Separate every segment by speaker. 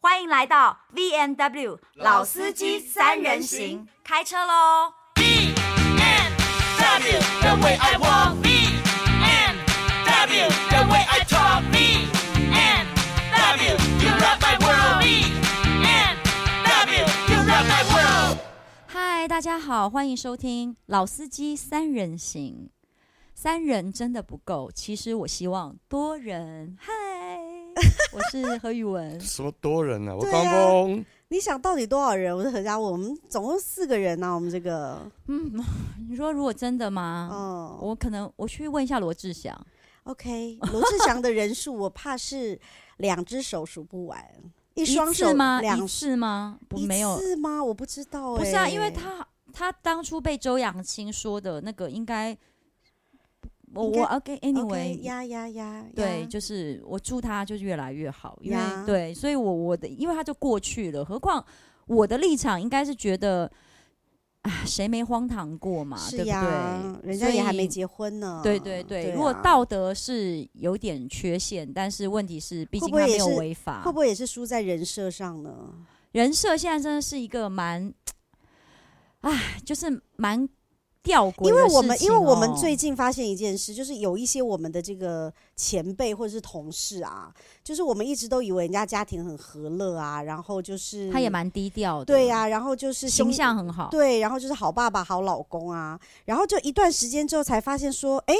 Speaker 1: 欢迎来到 V N W 老司机三人行，开车喽！
Speaker 2: BMW, the way I walk. BMW, the way I talk. BMW, you rock my world. BMW, you rock my world.
Speaker 1: 嗨，大家好，欢迎收听《老司机三人行》。三人真的不够，其实我希望多人。嗨，我是何宇文。
Speaker 3: 什么多人啊？我
Speaker 4: 对
Speaker 3: 刚
Speaker 4: 啊
Speaker 3: 刚
Speaker 4: 你想到底多少人？我是何家文，我们总共四个人呐、我们这个，
Speaker 1: 嗯，你说如果真的吗？
Speaker 4: 哦
Speaker 1: 我可能我去问一下罗志祥。
Speaker 4: ，OK，罗志祥的人数我怕是两只手数不完，一双
Speaker 1: 一
Speaker 4: 手
Speaker 1: 次吗？
Speaker 4: 两
Speaker 1: 一次吗？不，
Speaker 4: 一
Speaker 1: 没有，
Speaker 4: 次吗？我不知道、欸，
Speaker 1: 不是啊，因为他他当初被周扬青说的那个应该，我
Speaker 4: 应该
Speaker 1: 我 OK anyway，、
Speaker 4: OK，呀呀呀，
Speaker 1: 对，
Speaker 4: 呀
Speaker 1: 就是我祝他就是越来越好，因为
Speaker 4: 呀
Speaker 1: 对，所以我我的因为他就过去了，何况我的立场应该是觉得，啊，谁没荒唐过嘛，
Speaker 4: 是
Speaker 1: 对不
Speaker 4: 呀，
Speaker 1: 对？
Speaker 4: 人家
Speaker 1: 所
Speaker 4: 也还没
Speaker 1: 以
Speaker 4: 结婚呢，
Speaker 1: 对对对，
Speaker 4: 啊
Speaker 1: 如果道德是有点缺陷，但是问题是，毕
Speaker 4: 会
Speaker 1: 竟
Speaker 4: 不会
Speaker 1: 他没
Speaker 4: 也
Speaker 1: 有
Speaker 4: 是
Speaker 1: 违法。
Speaker 4: 会不会也是输在人设上呢？
Speaker 1: 人设现在真的是一个蛮，唉，就是蛮吊诡的事情哦、哦
Speaker 4: 因为我们因为我们最近发现一件事，就是有一些我们的这个前辈或者是同事啊，就是我们一直都以为人家家庭很和乐啊，然后就是
Speaker 1: 他也蛮低调的，
Speaker 4: 对、呀、然后就是兄
Speaker 1: 形象很好，
Speaker 4: 对，然后就是好爸爸、好老公啊，然后就一段时间之后才发现说，哎，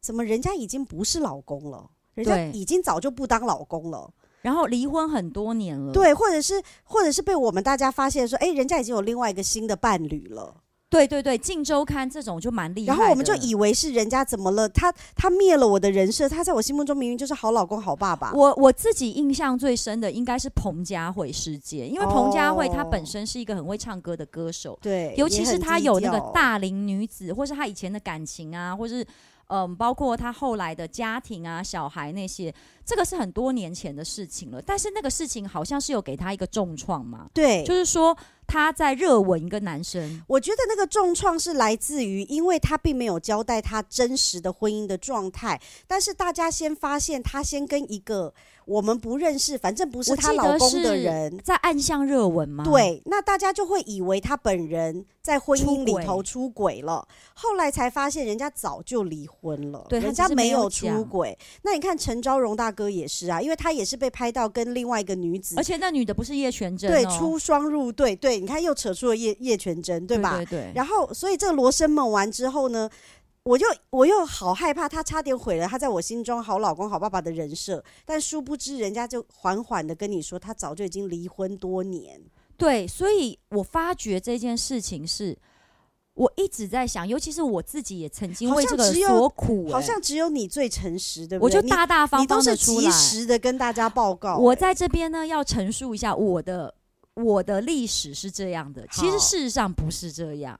Speaker 4: 怎么人家已经不是老公了？人家
Speaker 1: 对
Speaker 4: 已经早就不当老公了，
Speaker 1: 然后离婚很多年了，
Speaker 4: 对，或者是或者是被我们大家发现说，哎，人家已经有另外一个新的伴侣了。
Speaker 1: 对对对，《镜周刊》这种就蛮厉害的，
Speaker 4: 然后我们就以为是人家怎么了，他他灭了我的人设，他在我心目中明明就是好老公、好爸爸。
Speaker 1: 我我自己印象最深的应该是彭佳慧事件，因为彭佳慧她
Speaker 4: 哦
Speaker 1: 本身是一个很会唱歌的歌手，
Speaker 4: 对，
Speaker 1: 尤
Speaker 4: 也
Speaker 1: 其是
Speaker 4: 很
Speaker 1: 她
Speaker 4: 低
Speaker 1: 有那
Speaker 4: 调
Speaker 1: 个，大龄女子，或是她以前的感情啊，或是嗯，包括她后来的家庭啊、小孩那些，这个是很多年前的事情了。但是那个事情好像是有给她一个重创嘛，
Speaker 4: 对，
Speaker 1: 就是说她在热吻一个男生，
Speaker 4: 我觉得那个重创是来自于，因为他并没有交代他真实的婚姻的状态，但是大家先发现他先跟一个我们不认识，反正不是
Speaker 1: 我记
Speaker 4: 她
Speaker 1: 得
Speaker 4: 老公的
Speaker 1: 是
Speaker 4: 人。
Speaker 1: 在暗巷热吻吗？，
Speaker 4: 对，那大家就会以为他本人在婚姻
Speaker 1: 出轨
Speaker 4: 里头出轨了，后来才发现人家早就离婚了，
Speaker 1: 对他
Speaker 4: 人
Speaker 1: 只
Speaker 4: 家
Speaker 1: 是没
Speaker 4: 没
Speaker 1: 有
Speaker 4: 有
Speaker 1: 讲
Speaker 4: 出轨。那你看陈昭荣大哥也是啊，因为他也是被拍到跟另外一个女子
Speaker 1: 而，且那女的不是叶璇真、哦，
Speaker 4: 对，出双入对，对，你看又扯出了叶叶全真，对吧？
Speaker 1: 对对
Speaker 4: 然后，所以这个罗生门完之后呢，我就我又好害怕，他差点毁了他在我心中好老公、好爸爸的人设。但殊不知，人家就缓缓的跟你说，他早就已经离婚多年。
Speaker 1: 对，所以我发觉这件事情是。我一直在想，尤其是我自己也曾经
Speaker 4: 好
Speaker 1: 为
Speaker 4: 像
Speaker 1: 这个
Speaker 4: 只有
Speaker 1: 所苦、欸，
Speaker 4: 好像只有你最诚实，对不
Speaker 1: 我
Speaker 4: 对？
Speaker 1: 就大大
Speaker 4: 你
Speaker 1: 方
Speaker 4: 你都
Speaker 1: 方的
Speaker 4: 是
Speaker 1: 出
Speaker 4: 及
Speaker 1: 来。
Speaker 4: 时的跟大家报告、
Speaker 1: 我
Speaker 4: 哎
Speaker 1: 在这边呢，要陈述一下我的我的历史是这样的，其实
Speaker 4: 好
Speaker 1: 事实上不是这样，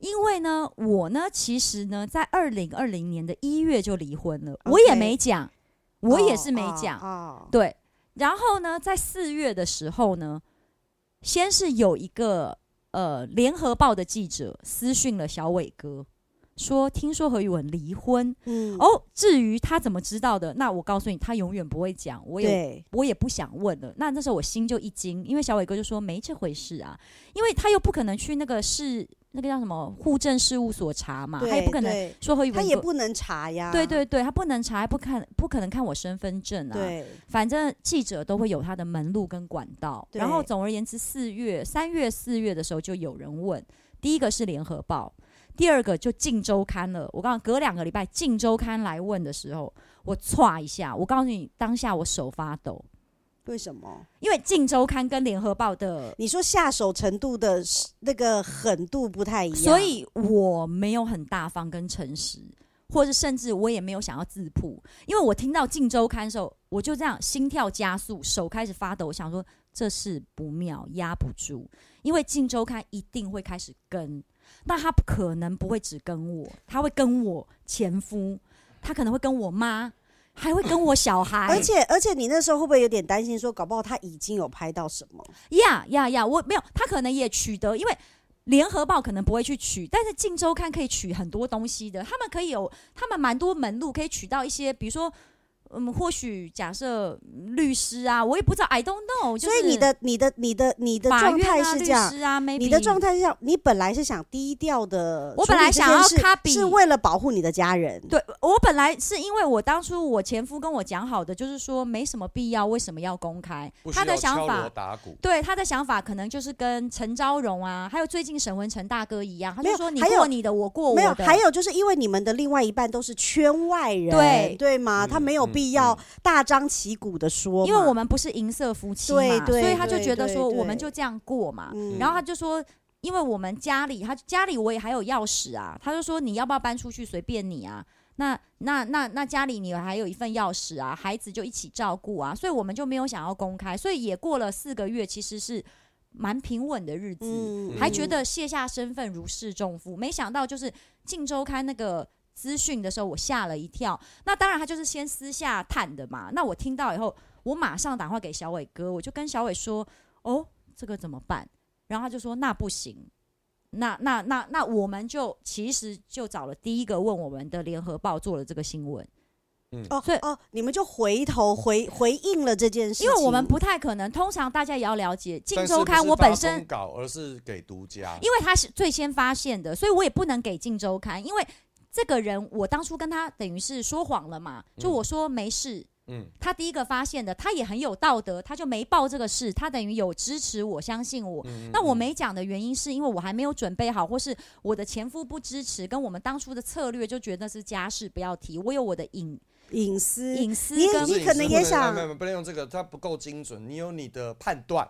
Speaker 1: 因为呢，我呢其实呢在二零二零年的一月就离婚了我也
Speaker 4: OK
Speaker 1: 没讲，我也是没
Speaker 4: 哦
Speaker 1: 讲，
Speaker 4: 哦哦
Speaker 1: 对。然后呢，在四月的时候呢，先是有一个呃联合报的记者私讯了小伟哥，说听说何宇文离婚，
Speaker 4: 嗯，
Speaker 1: 哦，至于他怎么知道的，那我告诉你，他永远不会讲，我也
Speaker 4: 对，
Speaker 1: 我也不想问了。那那时候我心就一惊，因为小伟哥就说没这回事啊，因为他又不可能去那个市那个叫什么户政事务所查嘛，啊他也
Speaker 4: 对
Speaker 1: 不可能
Speaker 4: 对
Speaker 1: 说何宇
Speaker 4: 他
Speaker 1: 文
Speaker 4: 也
Speaker 1: 哥
Speaker 4: 不能查呀。
Speaker 1: 对对对，他不能查，不看不可能看我身份证啊。
Speaker 4: 对，
Speaker 1: 反正记者都会有他的门路跟管道。
Speaker 4: 对
Speaker 1: 然后总而言之，四月、三月、四月的时候就有人问，第一个是《联合报》，第二个就《镜周刊》了。我告诉你，隔两个礼拜，《镜周刊》来问的时候，我歘一下，我告诉你，当下我手发抖，
Speaker 4: 为什么？
Speaker 1: 因为《镜周刊》跟《联合报》的，
Speaker 4: 你说下手程度的那个狠度不太一样，
Speaker 1: 所以我没有很大方跟诚实。或者甚至我也没有想要自曝，因为我听到《镜周刊》的时候，我就这样心跳加速，手开始发抖，我想说这事不妙，压不住，因为《镜周刊》一定会开始跟，那他不可能不会只跟我，他会跟我前夫，他可能会跟我妈，还会跟我小孩，
Speaker 4: 而且而且你那时候会不会有点担心，说搞不好他已经有拍到什么？
Speaker 1: 呀呀呀，我没有，他可能也取得，因为。联合报可能不会去取，但是《镜周刊》可以取很多东西的。他们可以有，他们蛮多门路可以取到一些，比如说嗯，或许假设嗯律师啊，我也不知道，I don't know、就
Speaker 4: 所
Speaker 1: 是。
Speaker 4: 以你的你的你的你的
Speaker 1: 法
Speaker 4: 状
Speaker 1: 院
Speaker 4: 态
Speaker 1: 啊、
Speaker 4: 是
Speaker 1: 律
Speaker 4: 这样，
Speaker 1: 师啊，maybe
Speaker 4: 你的状态是这样，你本来是想低调的，
Speaker 1: 我本来想要
Speaker 4: 是
Speaker 1: copy
Speaker 4: 是为了保护你的家人，
Speaker 1: 对我本来是因为我当初我前夫跟我讲好的，就是说没什么必要，为什么要公开？
Speaker 3: 不需
Speaker 1: 他
Speaker 3: 要
Speaker 1: 的想
Speaker 3: 敲锣
Speaker 1: 法，
Speaker 3: 打鼓，
Speaker 1: 对他的想法可能就是跟陈昭荣啊，还有最近沈文成大哥一样，他
Speaker 4: 没
Speaker 1: 就
Speaker 4: 有
Speaker 1: 说你
Speaker 4: 还有
Speaker 1: 过你的，我过我
Speaker 4: 没有，
Speaker 1: 的。
Speaker 4: 还有就是因为你们的另外一半都是圈外人，
Speaker 1: 对
Speaker 4: 对吗？
Speaker 3: 嗯
Speaker 4: 他没有
Speaker 3: 嗯
Speaker 4: 必要
Speaker 3: 嗯
Speaker 4: 大张旗鼓的说嘛，
Speaker 1: 因为我们不是银色夫妻嘛，
Speaker 4: 对对
Speaker 1: 所以他就
Speaker 4: 对
Speaker 1: 觉得
Speaker 4: 对
Speaker 1: 说
Speaker 4: 对
Speaker 1: 我们就这样过嘛。
Speaker 4: 嗯
Speaker 1: 然后他就说，因为我们家里他家里我也还有钥匙啊，他就说你要不要搬出去随便你啊。那那那那家里你还有一份钥匙啊，孩子就一起照顾啊，所以我们就没有想要公开，所以也过了四个月，其实是蛮平稳的日子。
Speaker 4: 嗯
Speaker 1: 还觉得卸下身份如释重负。没想到就是《镜周刊》那个资讯的时候，我吓了一跳。那当然，他就是先私下探的嘛。那我听到以后，我马上打电话给小伟哥，我就跟小伟说：“哦，这个怎么办？”然后他就说：“那不行。”那 那那那，我们就其实就找了第一个问我们的联合报做了这个新闻，
Speaker 4: 哦
Speaker 1: 所以
Speaker 4: 哦，你们就回头回回应了这件事情，
Speaker 1: 因为我们不太可能。通常大家也要了解《镜
Speaker 3: 但是
Speaker 1: 周
Speaker 3: 不
Speaker 1: 刊》，
Speaker 3: 是
Speaker 1: 我本
Speaker 3: 发
Speaker 1: 身
Speaker 3: 疯稿，而是给独家，
Speaker 1: 因为他是最先发现的，所以我也不能给《镜周刊》，因为这个人我当初跟他等于是说谎了嘛，就我说没事。
Speaker 3: 嗯
Speaker 1: 他第一个发现的，他也很有道德，他就没报这个事，他等于有支持我，相信我。
Speaker 3: 嗯
Speaker 1: 那我没讲的原因是因为我还没有准备好，或是我的前夫不支持，跟我们当初的策略就觉得是家事不要提，我有我的隐
Speaker 4: 隐私
Speaker 1: 隐私
Speaker 4: 你
Speaker 1: 跟
Speaker 3: 不是
Speaker 4: 你可能
Speaker 3: 隐私
Speaker 4: 也
Speaker 3: 不能
Speaker 4: 想
Speaker 3: 没有没有不能用这个，它不够精准，你有你的判断，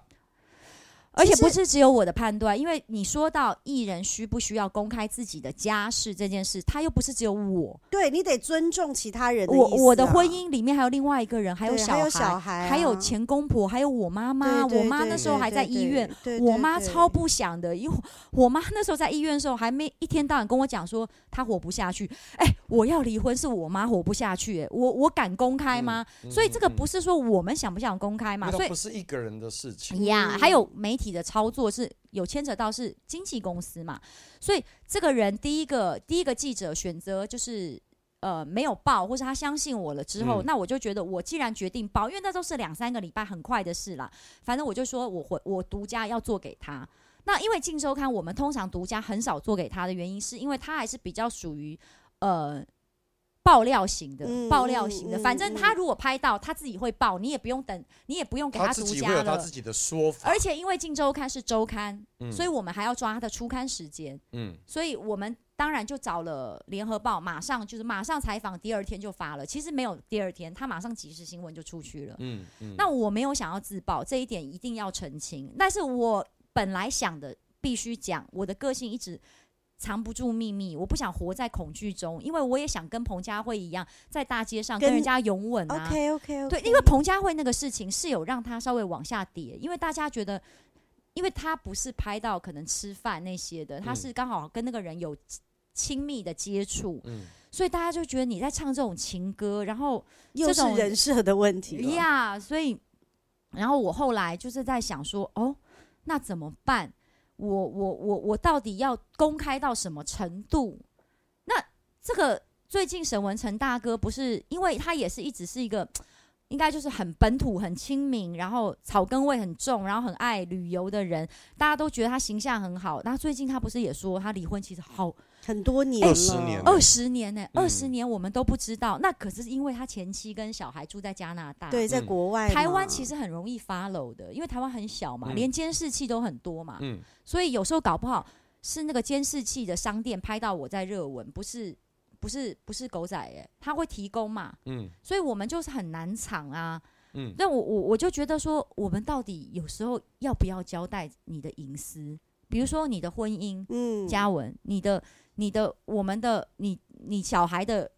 Speaker 1: 而且
Speaker 4: 其实
Speaker 1: 不是只有我的判断，因为你说到艺人需不需要公开自己的家事这件事，他又不是只有我，
Speaker 4: 对你得尊重其他人的
Speaker 1: 我
Speaker 4: 意思
Speaker 1: 我的
Speaker 4: 啊
Speaker 1: 婚姻里面还有另外一个人，还有
Speaker 4: 对
Speaker 1: 小
Speaker 4: 还
Speaker 1: 孩，
Speaker 4: 有小孩啊
Speaker 1: 还有前公婆，还有我妈
Speaker 4: 对
Speaker 1: 妈。
Speaker 4: 对
Speaker 1: 我妈
Speaker 4: 对
Speaker 1: 那时候
Speaker 4: 对
Speaker 1: 还在
Speaker 4: 对
Speaker 1: 医
Speaker 4: 对
Speaker 1: 院，
Speaker 4: 对
Speaker 1: 我
Speaker 4: 对
Speaker 1: 妈
Speaker 4: 对
Speaker 1: 超不想的，因为我妈那时候在医院的时候，还没一天到晚跟我讲说她活不下去。哎、我要离婚是我妈活不下去、哎，我我敢公
Speaker 4: 嗯
Speaker 1: 开吗？所以这个不是说我们想不想公开
Speaker 3: 因
Speaker 1: 嘛，
Speaker 3: 为
Speaker 1: 所
Speaker 3: 它
Speaker 1: 以
Speaker 3: 不。是一个人的事情，
Speaker 1: 一样，
Speaker 4: 嗯
Speaker 1: 还有媒体的操作是有牵扯到是经纪公司嘛，所以这个人第一个第一个记者选择就是呃没有报，或是他相信我了之后，
Speaker 3: 嗯
Speaker 1: 那我就觉得我既然决定报，因为那都是两三个礼拜很快的事啦，反正我就说我回我独家要做给他。那因为《镜周刊》，我们通常独家很少做给他的原因，是因为他还是比较属于呃爆料型的，
Speaker 4: 嗯
Speaker 1: 爆料型的。
Speaker 4: 嗯嗯
Speaker 1: 反正他
Speaker 4: 嗯
Speaker 1: 如果拍到，他自己会爆，你也不用等，你也不用给
Speaker 3: 他自
Speaker 1: 独
Speaker 3: 己
Speaker 1: 家
Speaker 3: 会有
Speaker 1: 了
Speaker 3: 他。自己的说法，
Speaker 1: 而且因为《镜周刊》是周刊，
Speaker 3: 嗯
Speaker 1: 所以我们还要抓它的出刊时间，
Speaker 3: 嗯
Speaker 1: 所以我们当然就找了《联合报》，马上就是马上采访，第二天就发了。其实没有第二天，他马上即时新闻就出去了。
Speaker 3: 嗯嗯，
Speaker 1: 那我没有想要自爆，这一点一定要澄清。但是我本来想的必须讲，我的个性一直藏不住秘密，我不想活在恐惧中，因为我也想跟彭佳慧一样，在大街上跟
Speaker 4: 跟哦
Speaker 1: 人家拥吻啊。
Speaker 4: OK OK OK，
Speaker 1: 对，因为彭佳慧那个事情是有让她稍微往下跌，因为大家觉得，因为她不是拍到可能吃饭那些的，她
Speaker 3: 嗯
Speaker 1: 是刚好跟那个人有亲密的接触，
Speaker 3: 嗯
Speaker 1: 所以大家就觉得你在唱这种情歌，然后
Speaker 4: 又
Speaker 1: 这
Speaker 4: 是
Speaker 1: 种
Speaker 4: 人设的问题了，
Speaker 1: 呀所以，然后我后来就是在想说，哦，那怎么办？我我我我到底要公开到什么程度？那这个最近沈文成大哥不是，因为他也是一直是一个，应该就是很本土、很亲民，然后草根味很重，然后很爱旅游的人，大家都觉得他形象很好。那最近他不是也说他离婚其实好
Speaker 4: 很多年了，
Speaker 3: 20年了
Speaker 1: 二十年呢、
Speaker 3: 嗯
Speaker 1: 二十年我们都不知道。那可是因为他前妻跟小孩住在加拿大，
Speaker 4: 对，在
Speaker 3: 嗯
Speaker 4: 国外嘛，
Speaker 1: 台湾其实很容易 follow 的，因为台湾很小嘛，
Speaker 3: 嗯
Speaker 1: 连监视器都很多嘛，
Speaker 3: 嗯
Speaker 1: 所以有时候搞不好是那个监视器的商店拍到我在热吻，不是不是不是狗仔哎、他会提供嘛，
Speaker 3: 嗯
Speaker 1: 所以我们就是很难藏啊。
Speaker 3: 嗯，
Speaker 1: 但我我我就觉得说，我们到底有时候要不要交代你的隐私？比如说你的婚姻，
Speaker 4: 嗯
Speaker 1: 嘉文，你的、你的、我们的、你、你小孩的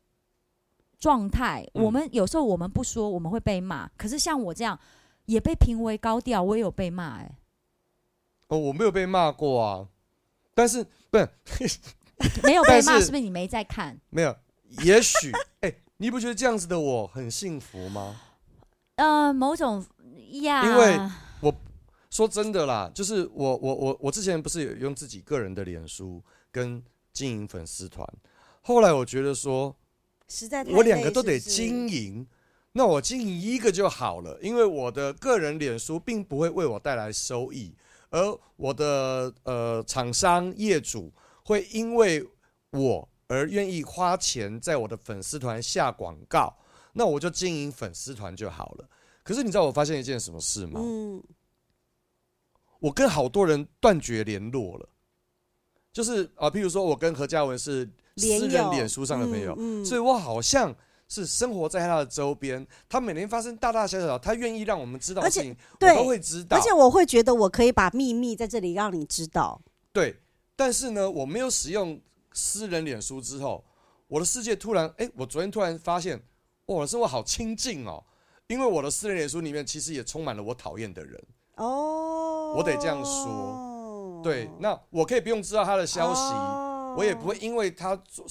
Speaker 1: 状态，
Speaker 3: 嗯
Speaker 1: 我们有时候我们不说，我们会被骂。可是像我这样也被评为高调，我也有被骂、 哎，
Speaker 3: 哦，我没有被骂过啊，但是不是
Speaker 1: 没有被
Speaker 3: 但
Speaker 1: 骂，
Speaker 3: 是
Speaker 1: 是不是你没在看？
Speaker 3: 没有，也许 哎、你不觉得这样子的我很幸福吗？
Speaker 1: 呃，某种呀，
Speaker 3: 因为说真的啦，就是我我我我之前不是有用自己个人的脸书跟经营粉丝团，后来我觉得说
Speaker 4: 实在太
Speaker 3: 我两
Speaker 4: 累
Speaker 3: 个都
Speaker 4: 是不
Speaker 3: 得
Speaker 4: 是
Speaker 3: 经营，那我经营一个就好了，因为我的个人脸书并不会为我带来收益，而我的呃厂商业主会因为我而愿意花钱在我的粉丝团下广告，那我就经营粉丝团就好了。可是你知道我发现一件什么事吗？
Speaker 4: 嗯，
Speaker 3: 我跟好多人断绝联络了，就是啊、譬如说我跟何嘉文是私
Speaker 4: 连
Speaker 3: 人
Speaker 4: 友
Speaker 3: 脸书上的朋友，
Speaker 4: 嗯嗯
Speaker 3: 所以我好像是生活在他的周边，他每天发生大大小小，他愿意让我们知道的
Speaker 4: 而
Speaker 3: 事
Speaker 4: 且
Speaker 3: 情，我
Speaker 4: 对
Speaker 3: 都会知道
Speaker 4: 而。且我会觉得我可以把秘密在这里让你知道，
Speaker 3: 对，但是呢，我没有使用私人脸书之后，我的世界突然，哎、我昨天突然发现，哇，我的生活好清静哦，因为我的私人脸书里面其实也充满了我讨厌的人。
Speaker 4: 哦，
Speaker 3: 我得这样说对，那我可以不用知道他的消息，
Speaker 4: 哦
Speaker 3: 我也不会因为他做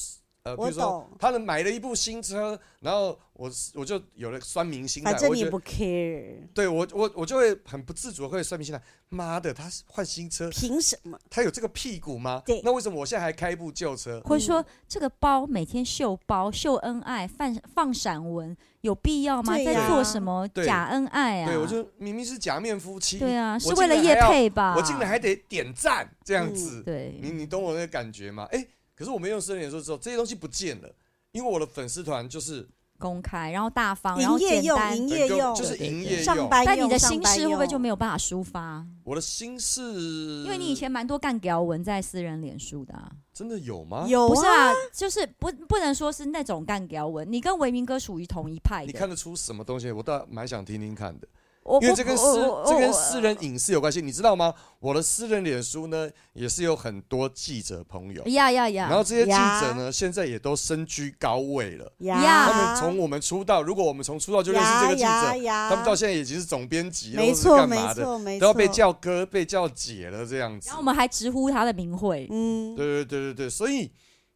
Speaker 3: 呃，比
Speaker 4: 我
Speaker 3: 如说
Speaker 4: 懂
Speaker 3: 他能买了一部新车，然后我我就有了酸民心态，
Speaker 4: 反正
Speaker 3: 我
Speaker 4: 你
Speaker 3: 会觉得
Speaker 4: 不 care，
Speaker 3: 对我我我就会很不自主地会酸民心态。妈的，他换新车，
Speaker 4: 凭什么？
Speaker 3: 他有这个屁股吗？
Speaker 4: 对
Speaker 3: 那为什么我现在还开一部旧车？
Speaker 1: 会说这个包每天秀包秀恩爱放放闪文有必要吗？
Speaker 4: 对
Speaker 1: 在
Speaker 3: 呀
Speaker 1: 做什么
Speaker 3: 对
Speaker 1: 假恩爱啊？
Speaker 3: 对我就明明是假面夫妻，
Speaker 1: 对啊，是
Speaker 3: 我
Speaker 1: 为了
Speaker 3: 竟
Speaker 1: 叶
Speaker 3: 然还要
Speaker 1: 配吧？
Speaker 3: 我竟然还得点赞这样
Speaker 4: 嗯
Speaker 3: 子。你
Speaker 1: 对
Speaker 3: 你懂我那个感觉吗？哎、可是我没用私人脸书之后，这些东西不见了，因为我的粉丝团就是
Speaker 1: 公开，然后大方，然后
Speaker 4: 营业
Speaker 1: 简
Speaker 4: 用，
Speaker 1: 单
Speaker 4: 营。业用，
Speaker 3: 就是
Speaker 1: 对
Speaker 3: 营
Speaker 1: 对
Speaker 3: 业用。
Speaker 4: 上班用，
Speaker 1: 但你的心
Speaker 4: 上班
Speaker 1: 事会不会就
Speaker 4: 用
Speaker 1: 没有办法抒发？
Speaker 3: 我的心事，因
Speaker 1: 因为你以前蛮多干屌文在私人脸书的、啊，
Speaker 3: 真的有吗？
Speaker 4: 有
Speaker 1: 不是
Speaker 4: 啊？
Speaker 1: 啊，就是不不能说是那种干屌文，你跟维明哥属于同一派
Speaker 3: 你
Speaker 1: 的
Speaker 3: 看。得出什么东西？我倒蛮想听听看的，
Speaker 1: 我
Speaker 3: 因为
Speaker 1: 我
Speaker 3: 这跟
Speaker 1: 我
Speaker 3: 私
Speaker 1: 我
Speaker 3: 这跟
Speaker 1: 我
Speaker 3: 私人隐私有关系，你知道吗？我的私人脸书呢，也是有很多记者朋友，
Speaker 1: 呀呀
Speaker 3: 然后
Speaker 1: 呀，
Speaker 3: 这些记者
Speaker 4: 哎呀
Speaker 3: 呢，现在也都身居高位了。
Speaker 1: 呀
Speaker 3: 他们从我们出道，如果我们从出道就认识这个记
Speaker 4: 呀
Speaker 3: 者，
Speaker 4: 呀
Speaker 3: 他们到现在已经是总编辑了，
Speaker 4: 没
Speaker 3: 或是
Speaker 4: 错
Speaker 3: 干
Speaker 4: 没
Speaker 3: 嘛的，
Speaker 4: 错没错，
Speaker 3: 都要被叫哥、被叫姐了这样子
Speaker 1: 然后。我们还直呼他的名讳，
Speaker 4: 嗯，
Speaker 3: 对对对对对，所以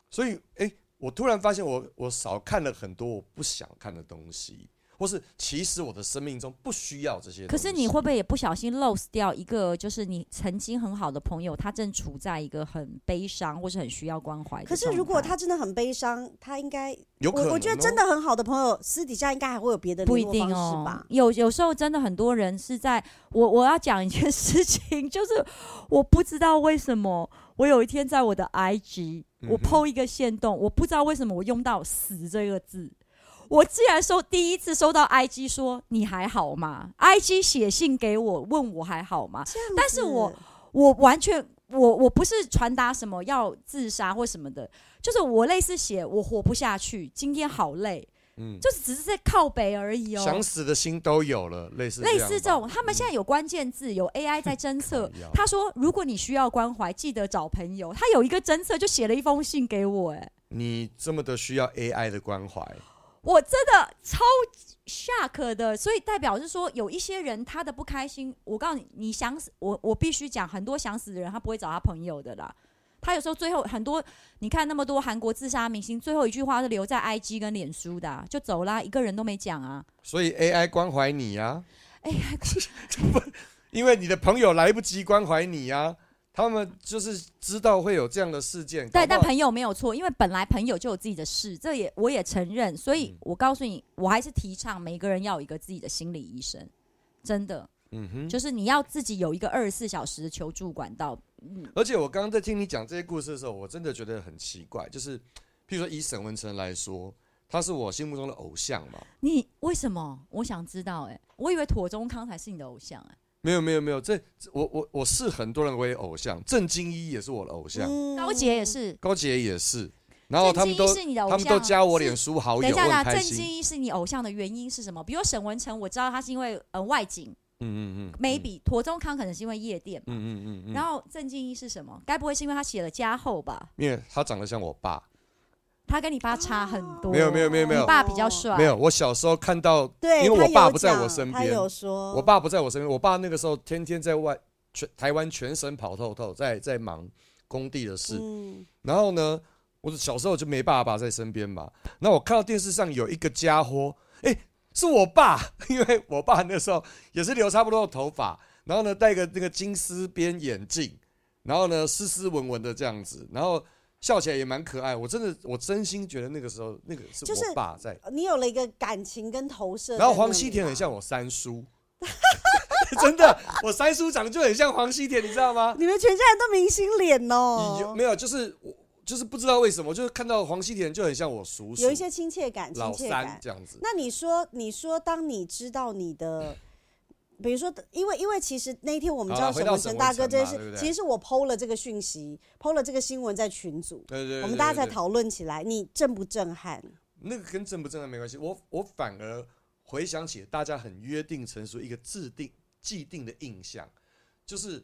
Speaker 3: 所以哎、我突然发现我我少看了很多我不想看的东西，或是其实我的生命中不需要这些东
Speaker 1: 可
Speaker 3: 西。
Speaker 1: 是你会不会也不小心 lose 掉一个，就是你曾经很好的朋友，他正处在一个很悲伤或是很需要关怀的
Speaker 4: 可
Speaker 1: 状态？
Speaker 4: 是如果他真的很悲伤，他应该，
Speaker 3: 有可能、哦
Speaker 4: 我我觉得真。的很好的朋友，私底下应该还会有别的
Speaker 1: 不
Speaker 4: 联
Speaker 1: 一
Speaker 4: 络
Speaker 1: 定
Speaker 4: 方式
Speaker 1: 哦
Speaker 4: 吧，？
Speaker 1: 有有时候真的很多人是在我我要讲一件 事情，就是我不知道为什么我有一天在我的 IG
Speaker 3: 嗯哼
Speaker 1: 我 PO 一个线动，我不知道为什么我用到“死”这个字，我竟然收第一次收到 IG 说你还好吗？IG 写信给我问我还好吗？
Speaker 4: 这样子，
Speaker 1: 但是我我完全我我不是传达什么要自杀或什么的，就是我类似写我活不下去，今天好累，
Speaker 3: 嗯，
Speaker 1: 就是只是在靠北而已
Speaker 3: 想
Speaker 1: 哦。
Speaker 3: 死的心都有了，类似
Speaker 1: 类
Speaker 3: 样
Speaker 1: 似这
Speaker 3: 吧
Speaker 1: 种，
Speaker 3: 嗯
Speaker 1: 他们现在有关键字，有 AI 在侦测
Speaker 3: 靠腰。
Speaker 1: 他说，如果你需要关怀，记得找朋友。他有一个侦测，就写了一封信给我、哎，
Speaker 3: 你这么的需要 AI 的关怀，
Speaker 1: 我真的超 shock 的，所以代表是说，有一些人他的不开心，我告诉你，你想死，我我必须讲，很多想死的人他不会找他朋友的啦。他有时候最后很多，你看那么多韩国自杀明星，最后一句话是留在 IG 跟脸书的啊、就走啦，一个人都没讲啊。
Speaker 3: 所以 AI 关怀你呀、
Speaker 1: 哎、
Speaker 3: 因为你的朋友来不及关怀你呀、他们就是知道会有这样的事件。
Speaker 1: 对，
Speaker 3: 搞不
Speaker 1: 但
Speaker 3: 好
Speaker 1: 朋友没有错，因为本来朋友就有自己的事，这也我也承认，所以
Speaker 3: 嗯
Speaker 1: 我告诉你，我还是提倡每个人要有一个自己的心理医生，真的，
Speaker 3: 嗯哼，
Speaker 1: 就是你要自己有一个二十四小时的求助管道，
Speaker 3: 而且我刚刚在听你讲这些故事的时候，我真的觉得很奇怪，就是譬如说以沈文成来说，他是我心目中的偶像嘛。
Speaker 1: 你为什么？我想知道、哎，我以为妥中康才是你的偶像、哎，
Speaker 3: 没有没有没有，这这我我我是很多人为偶像，郑经一也是我的偶像，
Speaker 4: 嗯
Speaker 1: 高杰也，是，
Speaker 3: 高杰也是，然后他们都
Speaker 1: 郑经一是你的偶
Speaker 3: 他
Speaker 1: 像，
Speaker 3: 们都加我
Speaker 1: 是
Speaker 3: 脸。书好
Speaker 1: 等一
Speaker 3: 友，我
Speaker 1: 下啦，
Speaker 3: 很
Speaker 1: 郑
Speaker 3: 开心。
Speaker 1: 经一是你偶像的原因是什么？比如沈文成，我知道他是因为呃外景
Speaker 3: 嗯嗯嗯
Speaker 1: ，maybe 妥中康可能是因为夜店嘛。
Speaker 3: 嗯嗯嗯嗯，
Speaker 1: 然后郑经一是什么？该不会是因为他写了加厚吧？
Speaker 3: 因为他长得像我爸，
Speaker 1: 他跟你爸差很多。
Speaker 3: 没有没有没有没有
Speaker 1: 你爸比较帅。
Speaker 3: 没有，我小时候看到
Speaker 4: 对，
Speaker 3: 因为我
Speaker 4: 他
Speaker 3: 爸
Speaker 4: 有
Speaker 3: 不在我
Speaker 4: 讲
Speaker 3: 身
Speaker 4: 他
Speaker 3: 边
Speaker 4: 有说，
Speaker 3: 我爸不在我身边，我爸那个时候天天在外全台湾全省跑透透，在在忙工地的事。
Speaker 4: 嗯，
Speaker 3: 然后呢，我小时候就没爸爸在身边嘛。那我看到电视上有一个家伙，哎、是我爸， 因为我爸那时候也是留差不多的头发，然后呢戴个那个金丝边眼镜，然后呢斯斯文文的这样子，然后笑起来也蛮可爱。我真的，我真心觉得那个时候那个是
Speaker 4: 就是呃
Speaker 3: 我爸在，
Speaker 4: 你有了一个感情跟投射。
Speaker 3: 然后黄西田很，像我三叔， 真的，我三叔长得就很像黄西田，你知道吗？
Speaker 4: 你们全家人都明星脸
Speaker 3: 你
Speaker 4: 哦
Speaker 3: 就，没有，就是我就是不知道为什么，就是看到黄西田就很像我叔叔，
Speaker 4: 有一些亲切感，亲
Speaker 3: 老
Speaker 4: 切
Speaker 3: 三
Speaker 4: 感。
Speaker 3: 这样子。
Speaker 4: 那你说，你说，当你知道你的，比如说，因为因为其实那一天我们知道
Speaker 3: 好啊
Speaker 4: 沈
Speaker 3: 回到
Speaker 4: 文
Speaker 3: 沈
Speaker 4: 成
Speaker 3: 文
Speaker 4: 大哥
Speaker 3: 成
Speaker 4: 这件
Speaker 3: 嘛对
Speaker 4: 事，
Speaker 3: 不对
Speaker 4: 其实是我剖了这个讯息，剖了这个新闻在群组，
Speaker 3: 对对对，
Speaker 4: 我们大家才
Speaker 3: 对对
Speaker 4: 讨论起来，你震不震撼？
Speaker 3: 那个跟正不正的没关系，我我反而回想起大家很约定成熟一个制定既定的印象，就是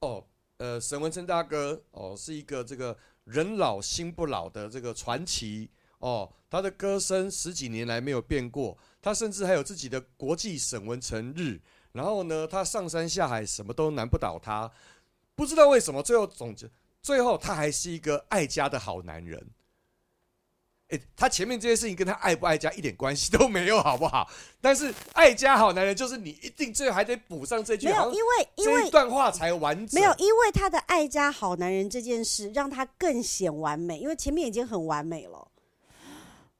Speaker 3: 哦，呃，沈文成大哥哦是一个这个人老心不老的这个传奇哦，他的歌声十几年来没有变过，他甚至还有自己的国际沈文成日，然后呢，他上山下海什么都难不倒他，不知道为什么最后总结，最后他还是一个爱家的好男人。哎、他前面这些事情跟他爱不爱家一点关系都没有，好不好？但是爱家好男人就是你一定最后还得补上这句，
Speaker 4: 没
Speaker 3: 好
Speaker 4: 有，
Speaker 3: 像
Speaker 4: 因为因
Speaker 3: 这
Speaker 4: 为
Speaker 3: 一段话才完整。
Speaker 4: 没有，因为他的爱家好男人这件事让他更显完美，因为前面已经很完美了。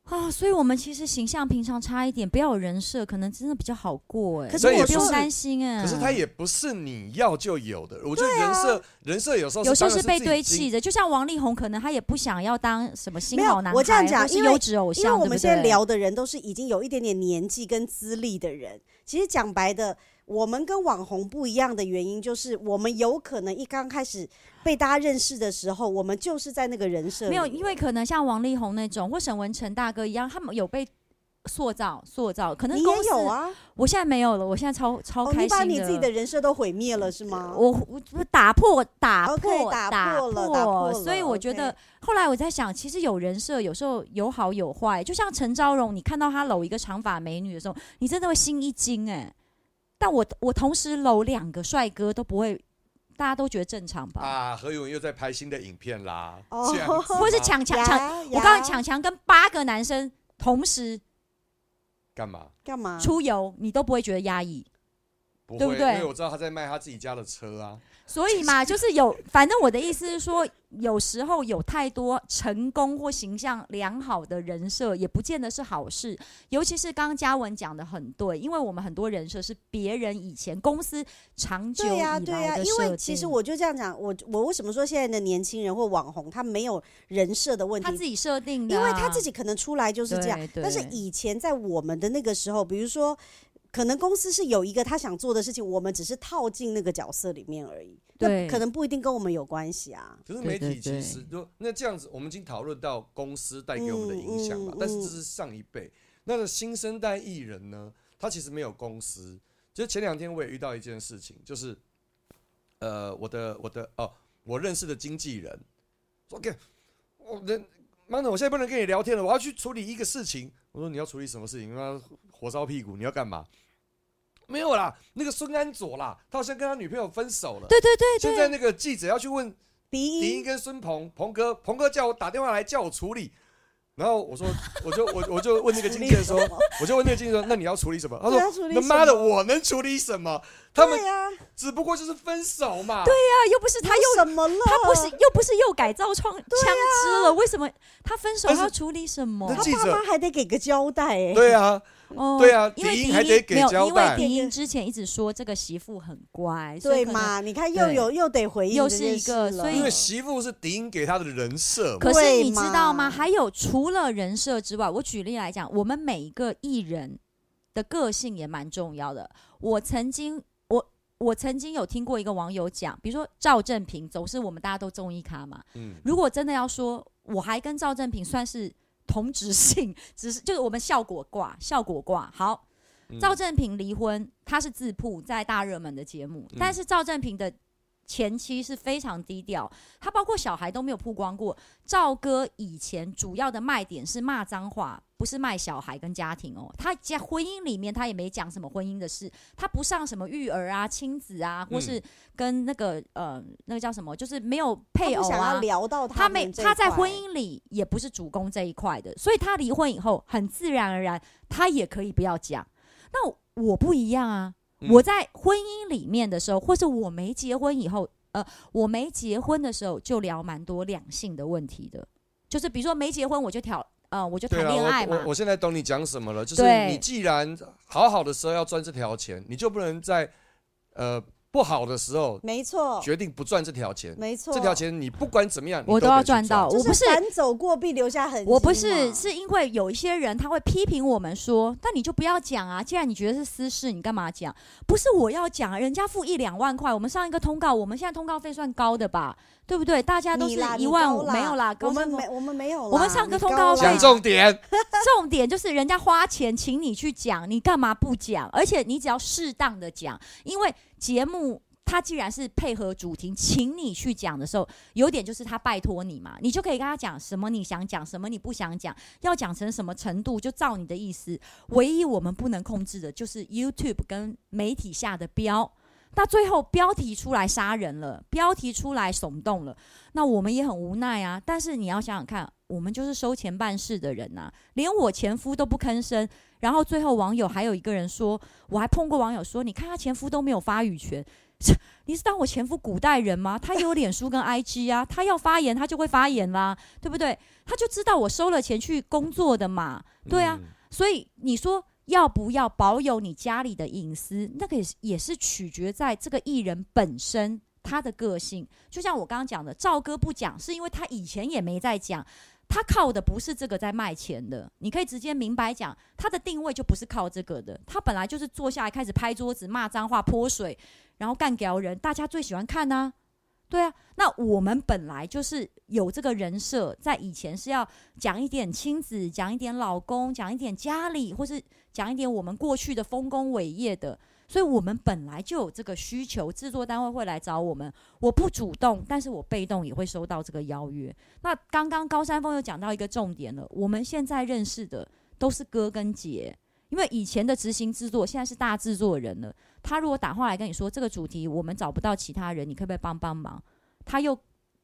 Speaker 1: 啊、所以我们其实形象平常差一点，不要有人设，可能真的比较好过哎、
Speaker 4: 可是
Speaker 1: 所以
Speaker 3: 我
Speaker 1: 不用
Speaker 3: 是
Speaker 1: 担心哎、
Speaker 3: 可是他也不是你要就有的。我觉得人设，人设有时候
Speaker 1: 嗯啊有时候
Speaker 3: 当然是
Speaker 1: 被
Speaker 3: 自己
Speaker 1: 堆
Speaker 3: 经
Speaker 1: 砌的，就像王力宏，可能他也不想要当什么新
Speaker 4: 没有
Speaker 1: 好男孩，
Speaker 4: 我这样讲
Speaker 1: 或是
Speaker 4: 因为
Speaker 1: 优质偶
Speaker 4: 因为
Speaker 1: 像，
Speaker 4: 我们现在
Speaker 1: 对不对
Speaker 4: 聊的人都是已经有一点点年纪跟资历的人。其实讲白的，我们跟网红不一样的原因就是，我们有可能一刚开始被大家认识的时候，我们就是在那个人设里
Speaker 1: 没有，因为可能像王力宏那种或沈文成大哥一样，他们有被塑造塑造，可能
Speaker 4: 你
Speaker 1: 公
Speaker 4: 也
Speaker 1: 司
Speaker 4: 有啊，
Speaker 1: 我现在没有了，我现在超超
Speaker 4: 哦，
Speaker 1: 开心
Speaker 4: 你把你自己的人设都毁灭了是吗？
Speaker 1: 我我我打破打
Speaker 4: OK，
Speaker 1: 破
Speaker 4: 哦打破
Speaker 1: 破
Speaker 4: 了打破了
Speaker 1: 所以我觉得
Speaker 4: OK
Speaker 1: 后来我在想，其实有人设有时候有好有坏，就像陈昭荣，你看到他搂一个长发美女的时候，你真的会心一惊哎、但我我同时搂两个帅哥都不会，大家都觉得正常吧？
Speaker 3: 啊，何勇又在拍新的影片啦，
Speaker 4: 哦
Speaker 3: 这样子
Speaker 1: 或是
Speaker 3: 吗
Speaker 1: 抢抢抢，
Speaker 4: 呀
Speaker 1: 我
Speaker 4: 呀
Speaker 1: 告诉你，抢强跟八个男生同时
Speaker 3: 干嘛？
Speaker 4: 干嘛？
Speaker 1: 出游，你都不会觉得压抑。
Speaker 3: 不会，
Speaker 1: 对不对
Speaker 3: 因为我知道他在卖他自己家的车啊。
Speaker 1: 所以 嘛，就是有，反正我的意思是说，有时候有太多成功或形象良好的人设，也不见得是好事。尤其是刚刚嘉文讲的很对，因为我们很多人设是别人以前公司长久
Speaker 4: 对
Speaker 1: 以
Speaker 4: 呀、对呀、
Speaker 1: 来的设定。
Speaker 4: 因为其实我就这样讲，我我为什么说现在的年轻人或网红他没有人设的问
Speaker 1: 他自
Speaker 4: 题？
Speaker 1: 己设定的啊、
Speaker 4: 因为他自己可能出来就是这样
Speaker 1: 对。对
Speaker 4: 但是以前在我们的那个时候，比如说，可能公司是有一个他想做的事情，我们只是套进那个角色里面而已。那
Speaker 1: 对
Speaker 4: 可能不一定跟我们有关系啊。
Speaker 3: 可是媒
Speaker 1: 对对
Speaker 3: 体其实就那这样子，我们已经讨论到公司带给我们的影响
Speaker 4: 嗯
Speaker 3: 嘛，
Speaker 4: 嗯
Speaker 3: 但是这是上一辈。那个新生代艺人呢，他其实没有公司。就是前两天我也遇到一件事情，就是呃，我的我的哦，我认识的经纪人说：“OK，我人妈的，我现在不能跟你聊天了，我要去处理一个事情。”我说：“你要处理什么事情？妈火烧屁股，你要干嘛？”没有啦，那个孙安佐啦，他好像跟他女朋友分手了。
Speaker 1: 对对对
Speaker 3: 现在
Speaker 1: 对，
Speaker 3: 那个记者要去问
Speaker 4: 鼻
Speaker 3: 迪
Speaker 4: 音
Speaker 3: 英跟孙鹏，鹏哥，鹏哥叫我打电话来叫我处理，然后我说，我就我我就问那个经纪人说，我就问那个经纪人说，那你要处理什么？他
Speaker 4: 对要处
Speaker 3: 说，
Speaker 4: 理
Speaker 3: 他
Speaker 4: 什
Speaker 3: 妈的，
Speaker 4: 么
Speaker 3: 我能处理什么？他们
Speaker 4: 对呀、
Speaker 3: 只不过就是分手嘛。
Speaker 1: 对啊，又不是他
Speaker 4: 有
Speaker 1: 又
Speaker 4: 什么了？
Speaker 1: 他不是又不是又改造创枪支了，为什么他分手
Speaker 3: 但是
Speaker 1: 他要处理什么
Speaker 3: 那？记
Speaker 4: 他爸
Speaker 3: 者
Speaker 4: 妈还得给个交代哎、
Speaker 3: 对啊，
Speaker 1: 哦
Speaker 3: 对啊
Speaker 1: 因为
Speaker 3: 迪英
Speaker 1: 迪
Speaker 3: 还得给
Speaker 1: 没有
Speaker 3: 交
Speaker 1: 因
Speaker 3: 代
Speaker 1: 为迪英之前一直说这个媳妇很乖，所以
Speaker 4: 对
Speaker 1: 可能？
Speaker 4: 嘛？你看又有又得回应
Speaker 1: 又是
Speaker 4: 这件
Speaker 1: 一个
Speaker 4: 事
Speaker 1: 所以
Speaker 3: 因
Speaker 4: 了
Speaker 3: 为媳妇是迪英给他的人设嘛。
Speaker 1: 可是
Speaker 4: 对
Speaker 1: 你知
Speaker 4: 嘛
Speaker 1: 道吗？还有除了人设之外，我举例来讲，我们每一个艺人的个性也蛮重要的。我曾经，我我曾经有听过一个网友讲，比如说赵正平，总是我们大家都中意咖嘛。
Speaker 3: 嗯，
Speaker 1: 如果真的要说，我还跟赵正平算是同质性，只是就是我们效果挂，效果挂好。
Speaker 3: 嗯
Speaker 1: 赵正平离婚，他是自曝在大热门的节目，
Speaker 3: 嗯
Speaker 1: 但是赵正平的前妻是非常低调，他包括小孩都没有曝光过。赵哥以前主要的卖点是骂脏话，不是卖小孩跟家庭哦。他在婚姻里面他也没讲什么婚姻的事，他不上什么育儿啊、亲子啊，或
Speaker 3: 嗯
Speaker 1: 是跟那个、呃那个叫什么，就是没有配
Speaker 4: 他不
Speaker 1: 偶
Speaker 4: 想要
Speaker 1: 啊。
Speaker 4: 聊到
Speaker 1: 他没
Speaker 4: 们这一
Speaker 1: 他在
Speaker 4: 块
Speaker 1: 婚姻里也不是主攻这一块的，所以他离婚以后很自然而然，他也可以不要讲。那我不一样啊，
Speaker 3: 嗯
Speaker 1: 我在婚姻里面的时候，或者我没结婚以后，呃，我没结婚的时候就聊蛮多两性的问题的，就是比如说没结婚我就挑呃我就谈
Speaker 3: 对啊，
Speaker 1: 恋爱
Speaker 3: 我
Speaker 1: 嘛
Speaker 3: 我，我现在懂你讲什么了，就是
Speaker 1: 对
Speaker 3: 你既然好好的时候要赚这条钱，你就不能在呃不好的时候
Speaker 4: 没错，
Speaker 3: 决定不赚这条钱。
Speaker 4: 没错，
Speaker 3: 这条钱你不管怎么样，你
Speaker 1: 我
Speaker 3: 都
Speaker 1: 都要
Speaker 3: 得去
Speaker 1: 赚到
Speaker 4: 就
Speaker 1: 我不是
Speaker 4: 反走过必留下痕迹嘛。
Speaker 1: 我不是，是因为有一些人他会批评我们说，那你就不要讲啊，既然你觉得是私事，你干嘛讲？不是我要讲啊，人家付一两万块，我们上一个通告，我们现在通告费算高的吧，对不对？大家都是
Speaker 4: 你啦
Speaker 1: 一万五，
Speaker 4: 你高啦
Speaker 1: 没有啦，高
Speaker 4: 我们
Speaker 1: 山峰
Speaker 4: 没我们没有啦，
Speaker 1: 我们上个
Speaker 4: 你
Speaker 1: 通告
Speaker 4: 高啦
Speaker 1: 费
Speaker 3: 讲重点，
Speaker 1: 重点就是人家花钱请你去讲，你干嘛不讲？而且你只要适当的讲，因为节目它既然是配合主题，请你去讲的时候，有点就是他拜托你嘛，你就可以跟他讲什么你想讲，什么你不想讲，要讲成什么程度就照你的意思。唯一我们不能控制的就是 YouTube 跟媒体下的标。那最后标题出来杀人了，标题出来耸动了，那我们也很无奈啊。但是你要想想看，我们就是收钱办事的人呐、连我前夫都不吭声。然后最后网友还有一个人说，我还碰过网友说，你看他前夫都没有发语权，你是当我前夫古代人吗？他有脸书跟 IG 啊，他要发言他就会发言啦，对不对？他就知道我收了钱去工作的嘛，对啊。
Speaker 3: 嗯
Speaker 1: 所以你说要不要保有你家里的隐私，那个也是也是取决在这个艺人本身他的个性。就像我刚刚讲的，赵哥不讲，是因为他以前也没在讲。他靠的不是这个在卖钱的，你可以直接明白讲，他的定位就不是靠这个的。他本来就是坐下来开始拍桌子、骂脏话、泼水，然后干掉人，大家最喜欢看呐、对啊，那我们本来就是有这个人设，在以前是要讲一点亲子，讲一点老公，讲一点家里，或是讲一点我们过去的丰功伟业的。所以我们本来就有这个需求，制作单位会来找我们。我不主动，但是我被动也会收到这个邀约。那刚刚高山峰又讲到一个重点了，我们现在认识的都是哥跟姐，因为以前的执行制作现在是大制作人了。他如果打电话来跟你说这个主题我们找不到其他人，你可不可以帮帮忙？他又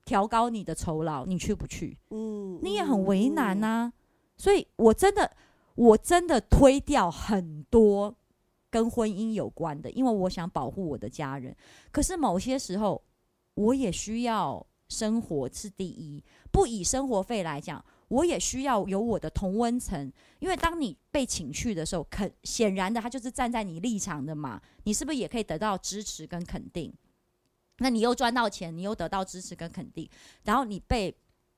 Speaker 1: 调高你的酬劳，你去不去？
Speaker 4: 嗯，
Speaker 1: 你也很为难啊
Speaker 4: 呐、
Speaker 1: 呐、所以我真的，我真的推掉很多跟婚姻有关的，因为我想保护我的家人。可是某些时候，我也需要生活是第一，不以生活费来讲。我也需要有我的同温层，因为当你被请去的时候，肯显然的他就是站在你立场的嘛，你是不是也可以得到支持跟肯定？那你又赚到钱，你又得到支持跟肯定，然后你被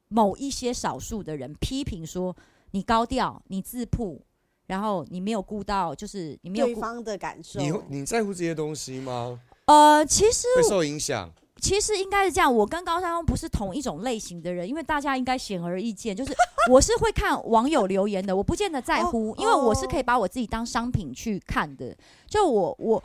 Speaker 1: 某一些少数的人批评说你高调、你自曝，然后你没有顾到，就是你没有
Speaker 4: 对
Speaker 1: 顾
Speaker 4: 方的感受，
Speaker 3: 你你在乎这些东西吗？
Speaker 1: 呃，其实
Speaker 3: 会受影响？
Speaker 1: 其实应该是这样，我跟高山峰不是同一种类型的人，因为大家应该显而易见，就是 我是会看网友留言的，我不见得在乎，
Speaker 4: 哦
Speaker 1: 因为我是可以把我自己当商品去看的。就我我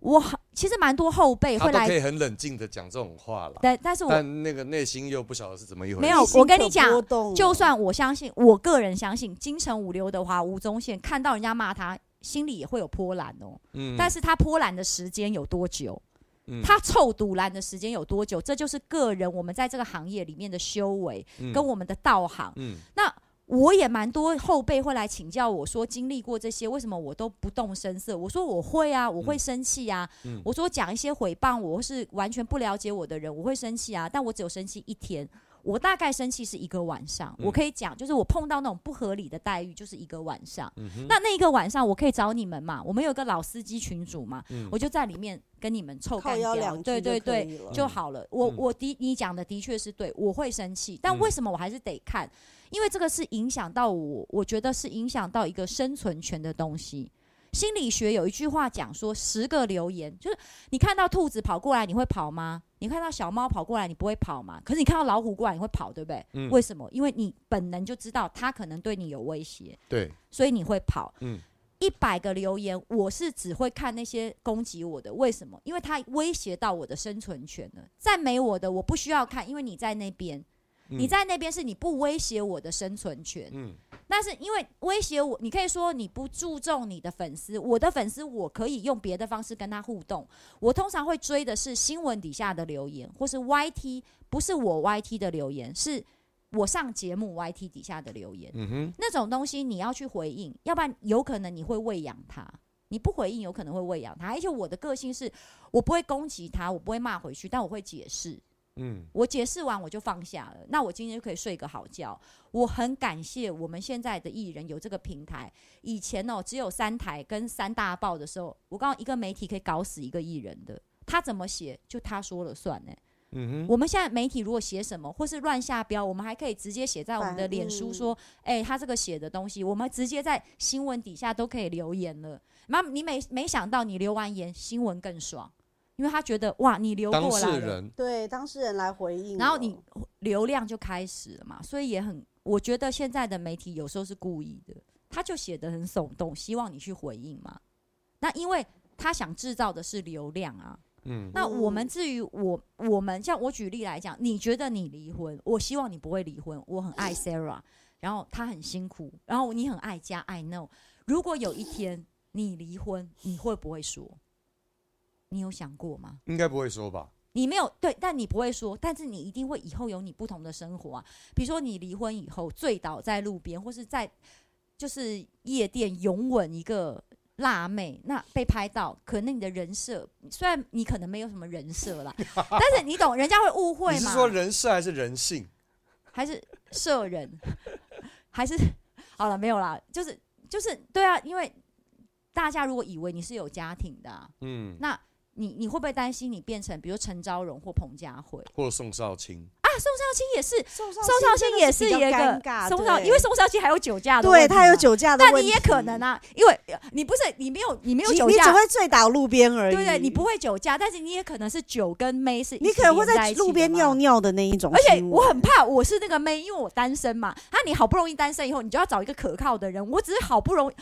Speaker 1: 我其实蛮多后辈
Speaker 3: 他
Speaker 1: 会
Speaker 3: 都
Speaker 1: 来
Speaker 3: 可，以很冷静的讲这种话了，
Speaker 1: 但但是我
Speaker 3: 但那个内心又不晓得是怎么一回事。
Speaker 1: 没有
Speaker 4: 内心
Speaker 1: 我跟
Speaker 4: 可
Speaker 1: 你讲
Speaker 4: 波动
Speaker 1: 就
Speaker 4: 了
Speaker 1: 算我相信，我个人相信京城五刘德华、吴宗宪看到人家骂他，心里也会有波澜哦。
Speaker 3: 嗯
Speaker 1: 但是他波澜的时间有多久？
Speaker 3: 嗯
Speaker 1: 他臭赌蓝的时间有多久？这就是个人我们在这个行业里面的修为
Speaker 3: 嗯
Speaker 1: 跟我们的道行。
Speaker 3: 嗯
Speaker 1: 我也蛮多后辈会来请教我说，经历过这些，为什么我都不动声色？我说我会啊，我会生气啊。
Speaker 3: 嗯
Speaker 1: 我说讲一些诽谤我或是完全不了解我的人，我会生气啊，但我只有生气一天。我大概生气是一个晚上，
Speaker 3: 嗯
Speaker 1: 我可以讲，就是我碰到那种不合理的待遇，就是一个晚上。
Speaker 3: 嗯哼
Speaker 1: 那那一个晚上，我可以找你们嘛？我们有个老司机群主嘛，
Speaker 3: 嗯
Speaker 1: 我就在里面跟你们臭
Speaker 4: 靠
Speaker 1: 干
Speaker 4: 腰
Speaker 1: 掉
Speaker 4: 两，句
Speaker 1: 对对
Speaker 4: 就可
Speaker 1: 对，
Speaker 4: 以了
Speaker 1: 就好了。我
Speaker 3: 嗯
Speaker 1: 我的你讲的的确是对，我会生气，但
Speaker 3: 嗯
Speaker 1: 为什么我还是得看？因为这个是影响到我，我觉得是影响到一个生存权的东西。心理学有一句话讲说，十个留言就是你看到兔子跑过来，你会跑吗？你看到小猫跑过来，你不会跑吗？可是你看到老虎过来，你会跑，对不对？
Speaker 3: 嗯
Speaker 1: 为什么？因为你本能就知道它可能对你有威胁，
Speaker 3: 对，
Speaker 1: 所以你会跑。
Speaker 3: 嗯
Speaker 1: 一百个留言，我是只会看那些攻击我的，为什么？因为它威胁到我的生存权了。赞美我的，我不需要看，因为你在那边，
Speaker 3: 嗯
Speaker 1: 你在那边是你不威胁我的生存权。
Speaker 3: 嗯
Speaker 1: 但是因为威胁我，你可以说你不注重你的粉丝，我的粉丝我可以用别的方式跟他互动。我通常会追的是新闻底下的留言，或是 YT，不是我 YT 的留言，是我上节目 YT 底下的留言。
Speaker 3: 嗯哼
Speaker 1: 那种东西你要去回应，要不然有可能你会喂养它，你不回应有可能会喂养他。而且我的个性是，我不会攻击他，我不会骂回去，但我会解释。
Speaker 3: 嗯，
Speaker 1: 我解释完我就放下了，那我今天就可以睡个好觉。我很感谢我们现在的艺人有这个平台。以前哦，只有三台跟三大报的时候，我告诉你一个媒体可以搞死一个艺人的，他怎么写就他说了算呢。
Speaker 3: 嗯哼，
Speaker 1: 我们现在媒体如果写什么，或是乱下标，我们还可以直接写在我们的脸书说，哎、他这个写的东西，我们直接在新闻底下都可以留言了。那你没没想到你留完言，新闻更爽，因为他觉得哇，你留
Speaker 3: 嗯当
Speaker 1: 过来
Speaker 3: 事
Speaker 1: 了。
Speaker 3: 人
Speaker 4: 对，当事人来回应了。
Speaker 1: 然后你流量就开始了嘛，所以也很，我觉得现在的媒体有时候是故意的，他就写的很耸动，希望你去回应嘛。那因为他想制造的是流量啊。
Speaker 3: 嗯
Speaker 1: 那我们
Speaker 4: 嗯
Speaker 1: 至于我，我们像我举例来讲，你觉得你离婚，我希望你不会离婚，我很爱 Sarah，然后她很辛苦，然后你很爱家，I know。如果有一天你离婚，你会不会说？你有想过吗？
Speaker 3: 应该不会说吧？
Speaker 1: 你没有对，但你不会说，但是你一定会以后有你不同的生活啊。比如说你离婚以后醉倒在路边，或是在就是夜店拥吻一个辣妹，那被拍到，可能你的人设虽然你可能没有什么人设 啦，但是你懂，人家会误会
Speaker 3: 你是
Speaker 1: 嘛？
Speaker 3: 说人设还是人性？
Speaker 1: 还是社人，还是好了没有啦？就是就是对啊，因为大家如果以为你是有家庭的啊、
Speaker 3: 嗯，
Speaker 1: 那你你会不会担心你变成比如陈昭荣或彭佳慧？
Speaker 3: 或宋少卿？
Speaker 1: 啊青也是，
Speaker 4: 宋
Speaker 1: 宋少卿也
Speaker 4: 是
Speaker 1: 一个
Speaker 4: 尴尬，
Speaker 1: 宋少，
Speaker 4: 对
Speaker 1: 因为宋少卿还有酒驾的问
Speaker 4: 对
Speaker 1: 题
Speaker 4: 他有
Speaker 1: 嘛，
Speaker 4: 酒驾的
Speaker 1: 但
Speaker 4: 问
Speaker 1: 你
Speaker 4: 题，
Speaker 1: 也可能啊，因为呃你不是你没有你没
Speaker 4: 你
Speaker 1: 有酒
Speaker 4: 你只
Speaker 1: 驾，
Speaker 4: 会醉倒路边而已。
Speaker 1: 对不对？你不，会酒驾，但是你也可能是酒跟妹是一起
Speaker 4: 你可能会
Speaker 1: 连在
Speaker 4: 在
Speaker 1: 一起的
Speaker 4: 路边
Speaker 1: 嘛
Speaker 4: 尿。尿的那一种
Speaker 1: 而且
Speaker 4: 新闻。
Speaker 1: 我很怕我是那个妹，因为我单身嘛。啊，你好不容易单身以后，你就要找一个可靠的人。我只是好不容易，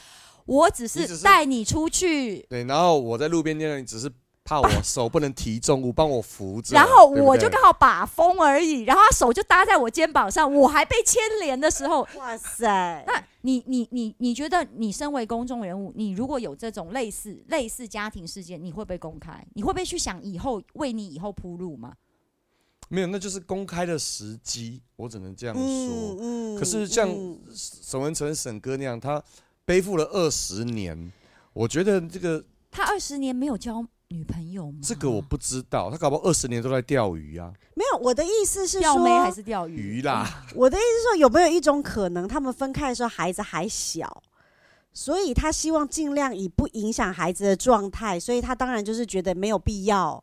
Speaker 1: 我只
Speaker 3: 你只
Speaker 1: 是
Speaker 3: 是
Speaker 1: 带你出去，
Speaker 3: 对，然后我在路边念，只是怕我 手不能提重物，帮我扶着，
Speaker 1: 然后
Speaker 3: 啊对不
Speaker 1: 我就
Speaker 3: 对
Speaker 1: 刚好把风而已，然后他手就搭在我肩膀上，我还被牵连的时候，
Speaker 4: 哇塞，
Speaker 1: 那你你你你觉得你身为公众人物，你如果有这种类似类似家庭事件，你会不会公开？你会不会去想以后为你以后铺路吗？
Speaker 3: 没有，那就是公开的时机，我只能这样说。
Speaker 4: 嗯
Speaker 3: 可是像
Speaker 4: 嗯
Speaker 3: 沈文成、沈哥那样，他背负了二十年，我觉得这个
Speaker 1: 他二十年没有交女朋友吗？
Speaker 3: 这个我不知道，他搞不好二十年都在钓鱼啊，
Speaker 4: 没有我的意思是
Speaker 1: 钓
Speaker 4: 说，
Speaker 1: 妹还是钓鱼？
Speaker 3: 鱼啦，
Speaker 4: 我的意思是说，有没有一种可能，他们分开的时候孩子还小，所以他希望尽量以不影响孩子的状态，所以他当然就是觉得没有必要。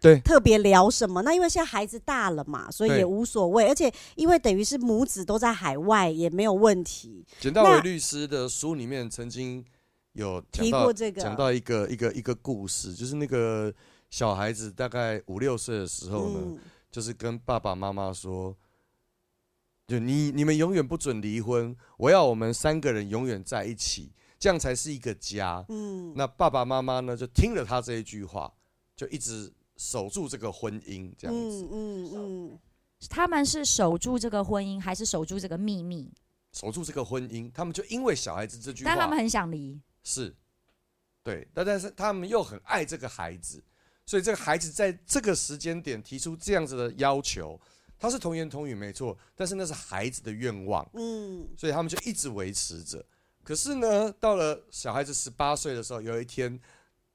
Speaker 3: 对
Speaker 4: 特别聊什么？那因为现在孩子大了嘛，所以
Speaker 3: 对
Speaker 4: 也无所谓。而且因为等于是母子都在海外，也没有问题。
Speaker 3: 简大为
Speaker 4: 那
Speaker 3: 律师的书里面曾经有讲
Speaker 4: 提
Speaker 3: 到
Speaker 4: 过这个，
Speaker 3: 讲到一个一个一个故事，就是那个小孩子大概五六岁的时候呢，
Speaker 4: 嗯，
Speaker 3: 就是跟爸爸妈妈说，就你你们永远不准离婚，我要我们三个人永远在一起，这样才是一个家。
Speaker 4: 嗯，
Speaker 3: 那爸爸妈妈呢，就听了他这一句话，就一直守住这个婚姻，这样子、
Speaker 4: 嗯嗯嗯，
Speaker 1: 他们是守住这个婚姻，还是守住这个秘密？
Speaker 3: 守住这个婚姻。他们就因为小孩子这句
Speaker 1: 但他们
Speaker 3: 话
Speaker 1: 很想离，
Speaker 3: 是，对，但但是他们又很爱这个孩子，所以这个孩子在这个时间点提出这样子的要求，他是童言童语没错，但是那是孩子的愿望。
Speaker 4: 嗯，
Speaker 3: 所以他们就一直维持着。可是呢，到了小孩子十八岁的时候，有一天，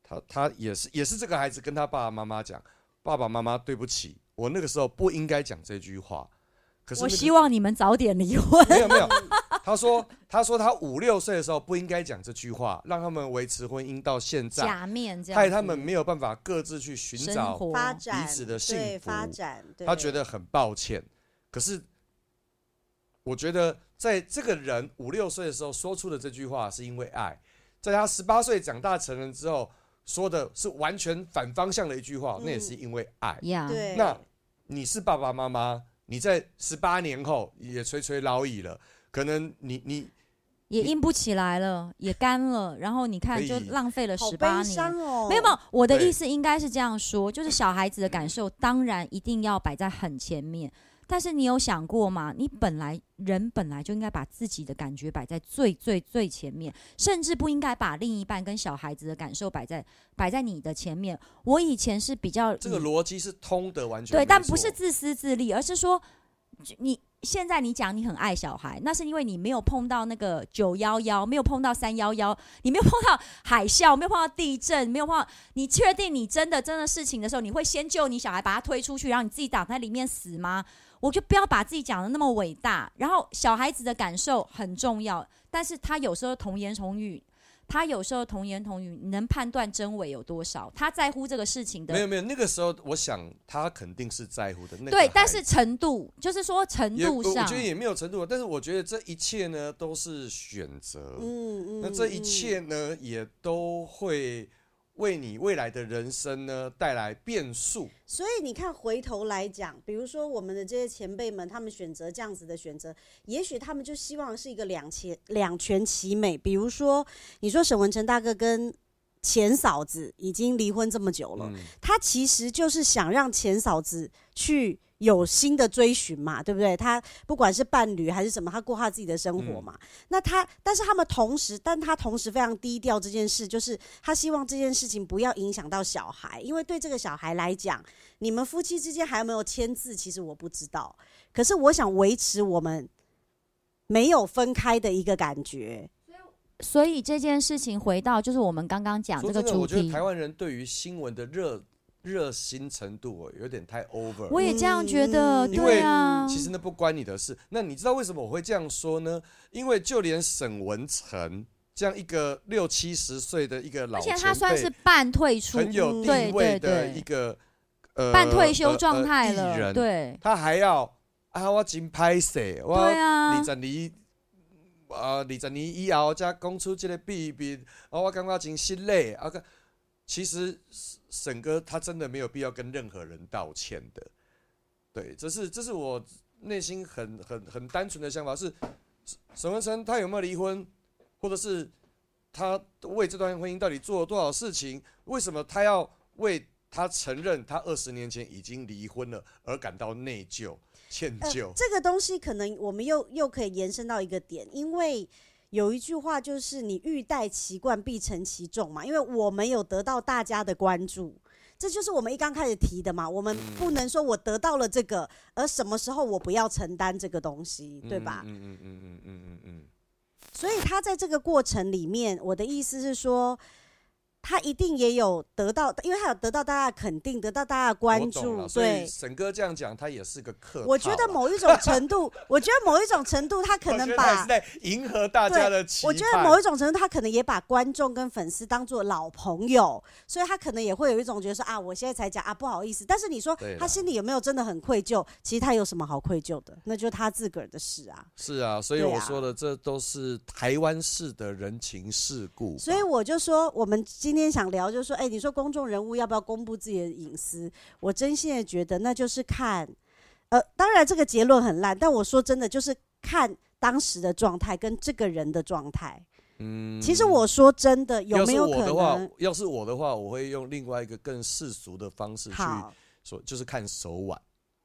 Speaker 3: 他他也是也是这个孩子跟他爸爸妈妈讲：“爸爸妈妈，对不起，我那个时候不应该讲这句话。”可是、
Speaker 1: 我希望你们早点离 婚。
Speaker 3: 没有没有，他说他说他五六岁的时候不应该讲这句话，让他们维持婚姻到现在，
Speaker 1: 假面这样子，
Speaker 3: 害他们没有办法各自去寻
Speaker 1: 生
Speaker 3: 找
Speaker 1: 活
Speaker 4: 发展
Speaker 3: 彼此的幸
Speaker 4: 对
Speaker 3: 福
Speaker 4: 发展，对
Speaker 3: 他觉得很抱歉。可是，我觉得在这个人五六岁的时候说出的这句话，是因为爱；在他十八岁长大成人之后说的是完全反方向的一句话，
Speaker 4: 嗯
Speaker 3: 那也是因为爱。
Speaker 1: 呀
Speaker 4: 对，
Speaker 3: 那你是爸爸妈妈，你在十八年后也垂垂老矣了，可能你你
Speaker 1: 也硬不起来了，也干了，然后你看
Speaker 3: 可以
Speaker 1: 就浪费了
Speaker 4: 好
Speaker 1: 十
Speaker 4: 悲
Speaker 1: 八年
Speaker 4: 伤。哦，
Speaker 1: 没有没有，我的
Speaker 3: 对
Speaker 1: 意思应该是这样说，就是小孩子的感受当然一定要摆在很前面，但是你有想过吗？你本来人本来就应该把自己的感觉摆在最最最前面，甚至不应该把另一半跟小孩子的感受摆在摆在你的前面。我以前是比较
Speaker 3: 这个
Speaker 1: 理
Speaker 3: 逻辑是通的，完全
Speaker 1: 对，但
Speaker 3: 没
Speaker 1: 不是
Speaker 3: 错
Speaker 1: 自私自利，而是说就你现在你讲你很爱小孩，那是因为你没有碰到那个九幺幺，没有碰到三幺幺，你没有碰到海啸，没有碰到地震，没有碰到。你确定你真的真的事情的时候，你会先救你小孩，把他推出去，然后你自己躺在里面死吗？我就不要把自己讲的那么伟大。然后小孩子的感受很重要，但是他有时候童言童语，他有时候童言童语，你能判断真伪有多少？他在乎这个事情的
Speaker 3: 没有没有，那个时候我想他肯定是在乎的。那个
Speaker 1: 对，但
Speaker 3: 孩
Speaker 1: 是程度就是说程
Speaker 3: 也
Speaker 1: 度
Speaker 3: 我我
Speaker 1: 上
Speaker 3: 觉，得也没有程度，但是我觉得这一切呢都是选择。
Speaker 4: 嗯嗯，
Speaker 3: 那这一
Speaker 4: 嗯
Speaker 3: 切呢，也都会为你未来的人生呢带来变数。
Speaker 4: 所以你看，回头来讲，比如说我们的这些前辈们，他们选择这样子的选择，也许他们就希望是一个两全两全其美。比如说，你说沈文成大哥跟前嫂子已经离婚这么久了，
Speaker 3: 嗯，
Speaker 4: 他其实就是想让前嫂子去有新的追寻嘛，对不对？他不管是伴侣还是什么，他过他自己的生活嘛。那他，但是他们同时，但他同时非常低调这件事，就是他希望这件事情不要影响到小孩，因为对这个小孩来讲，你们夫妻之间还有没有签字，其实我不知道。可是我想维持我们没有分开的一个感觉。
Speaker 1: 所以这件事情回到就是我们刚刚讲这
Speaker 3: 啊说
Speaker 1: 个
Speaker 3: 真的，
Speaker 1: 主
Speaker 3: 我觉得
Speaker 1: 题
Speaker 3: 台，湾人对于新闻的热热心程度哦，有点太 over 了。
Speaker 1: 我也这样觉得，
Speaker 4: 嗯
Speaker 3: 因为
Speaker 1: 对啊，
Speaker 3: 其实那不关你的事。那你知道为什么我会这样说呢？因为就连沈文成这样一个六七十岁的一个老
Speaker 1: 而且
Speaker 3: 前辈，
Speaker 1: 他算是半退出，
Speaker 3: 很
Speaker 4: 对
Speaker 3: 有地
Speaker 1: 对
Speaker 3: 位的
Speaker 1: 对
Speaker 3: 一个呃
Speaker 1: 半退休状态
Speaker 3: 呃呃艺
Speaker 1: 了，
Speaker 3: 人，
Speaker 1: 对
Speaker 3: 他还要啊，我真拍摄，我
Speaker 1: 对啊
Speaker 3: 二，十年。啊，二十年以后才讲出这个秘密，啊，我感觉真心累。啊，个其实沈哥他真的没有必要跟任何人道歉的，对，这是这是我内心很很很单纯的想法，是沈文成他有没有离婚，或者是他为这段婚姻到底做了多少事情？为什么他要为他承认他二十年前已经离婚了而感到内疚、歉
Speaker 4: 呃
Speaker 3: 疚？
Speaker 4: 这个东西可能我们又又可以延伸到一个点，因为有一句话就是“你欲戴其冠，必承其重”嘛。因为我们有得到大家的关注，这就是我们一刚开始提的嘛。我们不能说我得到了这个，而什么时候我不要承担这个东西，对吧？
Speaker 3: 嗯嗯嗯嗯嗯嗯嗯
Speaker 4: 所以他在这个过程里面，我的意思是说，他一定也有得到，因为他有得到大家的肯定，得到大家的
Speaker 3: 嗯，
Speaker 4: 关
Speaker 3: 我懂
Speaker 4: 注
Speaker 3: 了，所以
Speaker 4: 对。
Speaker 3: 沈哥这样讲，他也是个客套啦。
Speaker 4: 我觉得某一种程度，我觉得某一种程度，他可
Speaker 3: 我觉
Speaker 4: 能
Speaker 3: 得他也
Speaker 4: 把
Speaker 3: 是在迎合大家的期
Speaker 4: 我
Speaker 3: 盼。
Speaker 4: 觉得某一种程度，他可能也把观众跟粉丝当做老朋友，所以他可能也会有一种觉得说啊，我现在才讲啊，不好意思。但是你说
Speaker 3: 对啦
Speaker 4: 他心里有没有真的很愧疚？其实他有什么好愧疚的？那就是他自个儿的事啊。
Speaker 3: 是啊，所以
Speaker 4: 对啊
Speaker 3: 我说的这都是台湾式的人情世故吧。
Speaker 4: 所以我就说，我们今天想聊，就是说，哎，你说公众人物要不要公布自己的隐私？我真心的觉得，那就是看，呃，当然这个结论很烂，但我说真的，就是看当时的状态跟这个人的状态。
Speaker 3: 嗯
Speaker 4: 其实我说真的，有
Speaker 3: 要
Speaker 4: 没
Speaker 3: 是
Speaker 4: 有
Speaker 3: 我
Speaker 4: 可
Speaker 3: 的话
Speaker 4: 能？，
Speaker 3: 要是我的话，我会用另外一个更世俗的方式去
Speaker 4: 好
Speaker 3: 说，就是看手腕。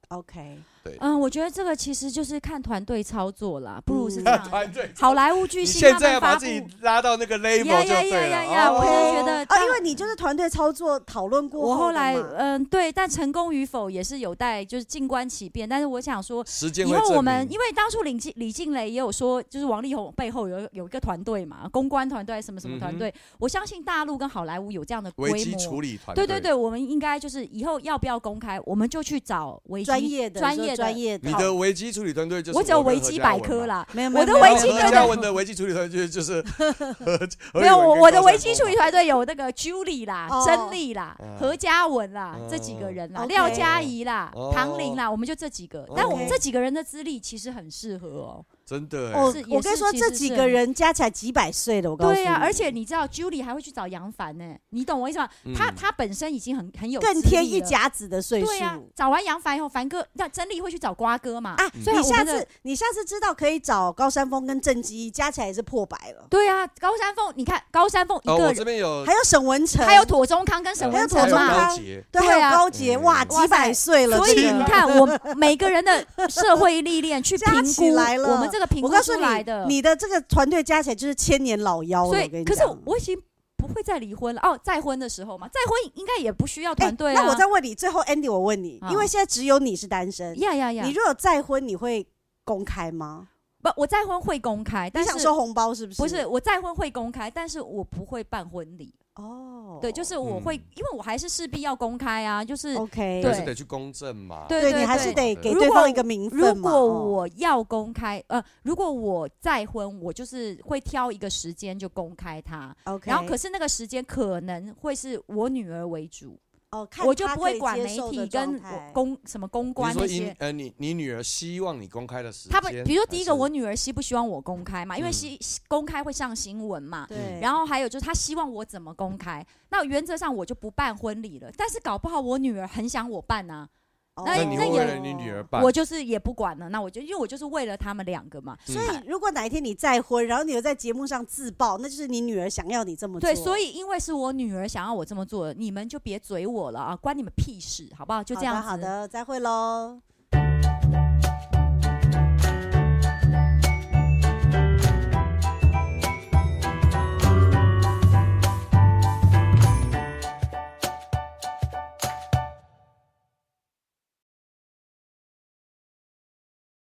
Speaker 4: ，OK。
Speaker 1: 嗯，我觉得这个其实就是看团队操作啦，不如是
Speaker 4: 嗯
Speaker 1: 这 样。
Speaker 3: 团队，
Speaker 1: 好莱坞巨
Speaker 3: 哎你
Speaker 1: 星
Speaker 3: 现
Speaker 1: 他
Speaker 3: 在
Speaker 1: 们
Speaker 3: 要把
Speaker 1: 发
Speaker 3: 自己
Speaker 1: 布，
Speaker 3: 拉到那个 level 就
Speaker 1: 呀
Speaker 3: 对
Speaker 1: 呀呀
Speaker 3: 了。
Speaker 1: 呀
Speaker 3: 哦
Speaker 1: 我就觉得
Speaker 4: 哦，
Speaker 1: 当
Speaker 4: 因为你就是团队操作讨论过
Speaker 1: 我后
Speaker 4: 后的嘛
Speaker 1: 来嗯对，但成功与否也是有待就是静观其变。但是我想说，
Speaker 3: 时间
Speaker 1: 以
Speaker 3: 会
Speaker 1: 后我
Speaker 3: 证
Speaker 1: 们
Speaker 3: 明
Speaker 1: 因为当初李静李静蕾也有说，就是王力宏背后有有一个团队嘛，公关团队什么什么团队，我相信大陆跟好莱坞有这样的规模。
Speaker 3: 嗯危机处理团
Speaker 1: 对
Speaker 3: 队，
Speaker 1: 对对，我们应该就是以后要不要公开，我们就去找危机
Speaker 4: 专业的
Speaker 1: 专
Speaker 4: 说
Speaker 1: 业的
Speaker 4: 专业的，
Speaker 3: 你的危机处理团队就是
Speaker 1: 我只有
Speaker 3: 跟
Speaker 1: 维
Speaker 3: 何
Speaker 1: 基
Speaker 3: 嘉
Speaker 1: 百
Speaker 3: 文
Speaker 1: 科
Speaker 3: 嘛。
Speaker 1: 啦。
Speaker 4: 没有没
Speaker 1: 我
Speaker 4: 有
Speaker 1: 的
Speaker 4: 没有
Speaker 1: 危机
Speaker 4: 没有
Speaker 3: 何
Speaker 1: 团
Speaker 3: 嘉
Speaker 1: 队
Speaker 3: 文的危机处理团队 就是何何
Speaker 1: 没有
Speaker 3: 宇文
Speaker 1: 我我的
Speaker 3: 跟高
Speaker 1: 危
Speaker 3: 山
Speaker 1: 机
Speaker 3: 峰
Speaker 1: 处理
Speaker 3: 嘛
Speaker 1: 团队有那个 Julie 啦、
Speaker 4: 哦
Speaker 1: 珍妮啦、
Speaker 3: 嗯
Speaker 1: 何嘉文啦、
Speaker 3: 嗯
Speaker 1: 这几个人啦、
Speaker 4: OK
Speaker 1: 廖嘉怡啦、
Speaker 3: 哦
Speaker 1: 唐玲啦，我们就这几个。但我们
Speaker 4: OK
Speaker 1: 这几个人的资历其实很适合哦。
Speaker 3: 真的欸
Speaker 4: 哦
Speaker 1: 是，也
Speaker 4: 我跟
Speaker 1: 是
Speaker 4: 你说，
Speaker 1: 其实
Speaker 4: 这
Speaker 1: 是
Speaker 4: 几
Speaker 1: 很
Speaker 4: 个人加起来几百岁了，我告诉你，
Speaker 1: 对呀、而且你知道 Julie 还会去找杨凡呢、你懂我意思吗？他
Speaker 3: 嗯
Speaker 1: 他本身已经很很有
Speaker 4: 更
Speaker 1: 资历
Speaker 4: 添一
Speaker 1: 了。
Speaker 4: 甲子的岁
Speaker 1: 对啊呀、
Speaker 4: 数
Speaker 1: 找完杨凡以后，凡哥那珍妮会去找瓜哥嘛？
Speaker 4: 啊！
Speaker 3: 嗯
Speaker 1: 所以
Speaker 4: 你
Speaker 1: 我
Speaker 4: 下
Speaker 1: 们的
Speaker 4: 次你下次知道可以找高山峰跟郑基加起来也是破百了，
Speaker 1: 对啊，高山凤，你看高山凤一
Speaker 3: 哦，
Speaker 1: 个
Speaker 3: 我
Speaker 1: 人，
Speaker 3: 这边有
Speaker 4: 还有沈文成，
Speaker 1: 还有妥中康跟沈
Speaker 4: 还有
Speaker 1: 文
Speaker 4: 左
Speaker 1: 成
Speaker 4: 宗
Speaker 1: 嘛，
Speaker 4: 棠
Speaker 3: 高杰
Speaker 4: 对，
Speaker 1: 对
Speaker 4: 还
Speaker 1: 啊
Speaker 4: 有高杰，
Speaker 3: 嗯
Speaker 4: 哇，
Speaker 1: 哇
Speaker 4: 几
Speaker 1: 塞
Speaker 4: 百岁了，啊
Speaker 1: 所以
Speaker 4: 这个
Speaker 1: 你看，我每个人的社会历练去
Speaker 4: 加
Speaker 1: 评
Speaker 4: 起
Speaker 1: 估，
Speaker 4: 来了
Speaker 1: 我们这个评
Speaker 4: 我
Speaker 1: 估
Speaker 4: 告诉
Speaker 1: 出来的。
Speaker 4: 你，你的这个团队加起来就是千年老妖了，
Speaker 1: 所
Speaker 4: 我跟
Speaker 1: 以，
Speaker 4: 你
Speaker 1: 可是
Speaker 4: 讲
Speaker 1: 我已经不会再离婚了。哦，再婚的时候嘛，再婚应该也不需要
Speaker 4: 哎
Speaker 1: 团队啊。啊
Speaker 4: 那我再问你，最后 Andy，我问你，
Speaker 1: 好
Speaker 4: 因为现在只有你是单身，
Speaker 1: 呀呀呀
Speaker 4: 你，如果再婚，你会公开吗？
Speaker 1: 不，我再婚会公开，
Speaker 4: 你
Speaker 1: 但
Speaker 4: 想
Speaker 1: 是
Speaker 4: 收红包是不是？
Speaker 1: 不是我再婚会公开，但是我不会办婚礼。
Speaker 4: 哦，
Speaker 1: 对，就是我会，因为我还是势必要公开啊，就是。
Speaker 4: OK，
Speaker 3: 但
Speaker 1: 对
Speaker 3: 是得去公证嘛。
Speaker 1: 对
Speaker 4: 你还是
Speaker 1: 对
Speaker 4: 得给
Speaker 1: 如
Speaker 4: 对
Speaker 1: 果
Speaker 4: 方一个名
Speaker 1: 如
Speaker 4: 分嘛。
Speaker 1: 果
Speaker 4: 哦
Speaker 1: 我要公开，呃，如果我再婚，我就是会挑一个时间就公开它，
Speaker 4: OK，
Speaker 1: 然后可是那个时间可能会是我女儿为主，
Speaker 4: 哦，看
Speaker 1: 我就
Speaker 4: 他
Speaker 1: 不
Speaker 4: 可
Speaker 1: 会
Speaker 4: 以
Speaker 1: 管
Speaker 4: 接
Speaker 1: 媒
Speaker 4: 受的
Speaker 1: 体
Speaker 4: 状
Speaker 1: 跟
Speaker 4: 态
Speaker 1: 我公什么公
Speaker 3: 你
Speaker 1: 关
Speaker 3: 说
Speaker 1: 那
Speaker 3: 你
Speaker 1: 些。
Speaker 3: 呃，你你女儿希望你公开的时间，
Speaker 1: 他们比如说第一个，
Speaker 3: 还是
Speaker 1: 我女儿希不希望我公开嘛？因为
Speaker 3: 嗯
Speaker 1: 希公开会上新闻嘛。
Speaker 4: 对，
Speaker 1: 然后还有就是她希望我怎么公开，那原则上我就不办婚礼了。但是搞不好我女儿很想我办啊，
Speaker 4: 后
Speaker 1: 那
Speaker 3: 那你
Speaker 1: 那
Speaker 3: 会
Speaker 1: 也
Speaker 3: 为了你女儿。嗯办，
Speaker 1: 我就是也不管了。那我就因为我就是为了他们两个嘛，
Speaker 3: 嗯
Speaker 4: 所以，如果哪一天你再婚，然后你又在节目上自爆，那就是你女儿想要你这么做。
Speaker 1: 对，所以因为是我女儿想要我这么做，你们就别嘴我了啊，关你们屁事，好不好？就
Speaker 4: 好
Speaker 1: 这
Speaker 4: 的
Speaker 1: 样子。
Speaker 4: 好的，再会喽。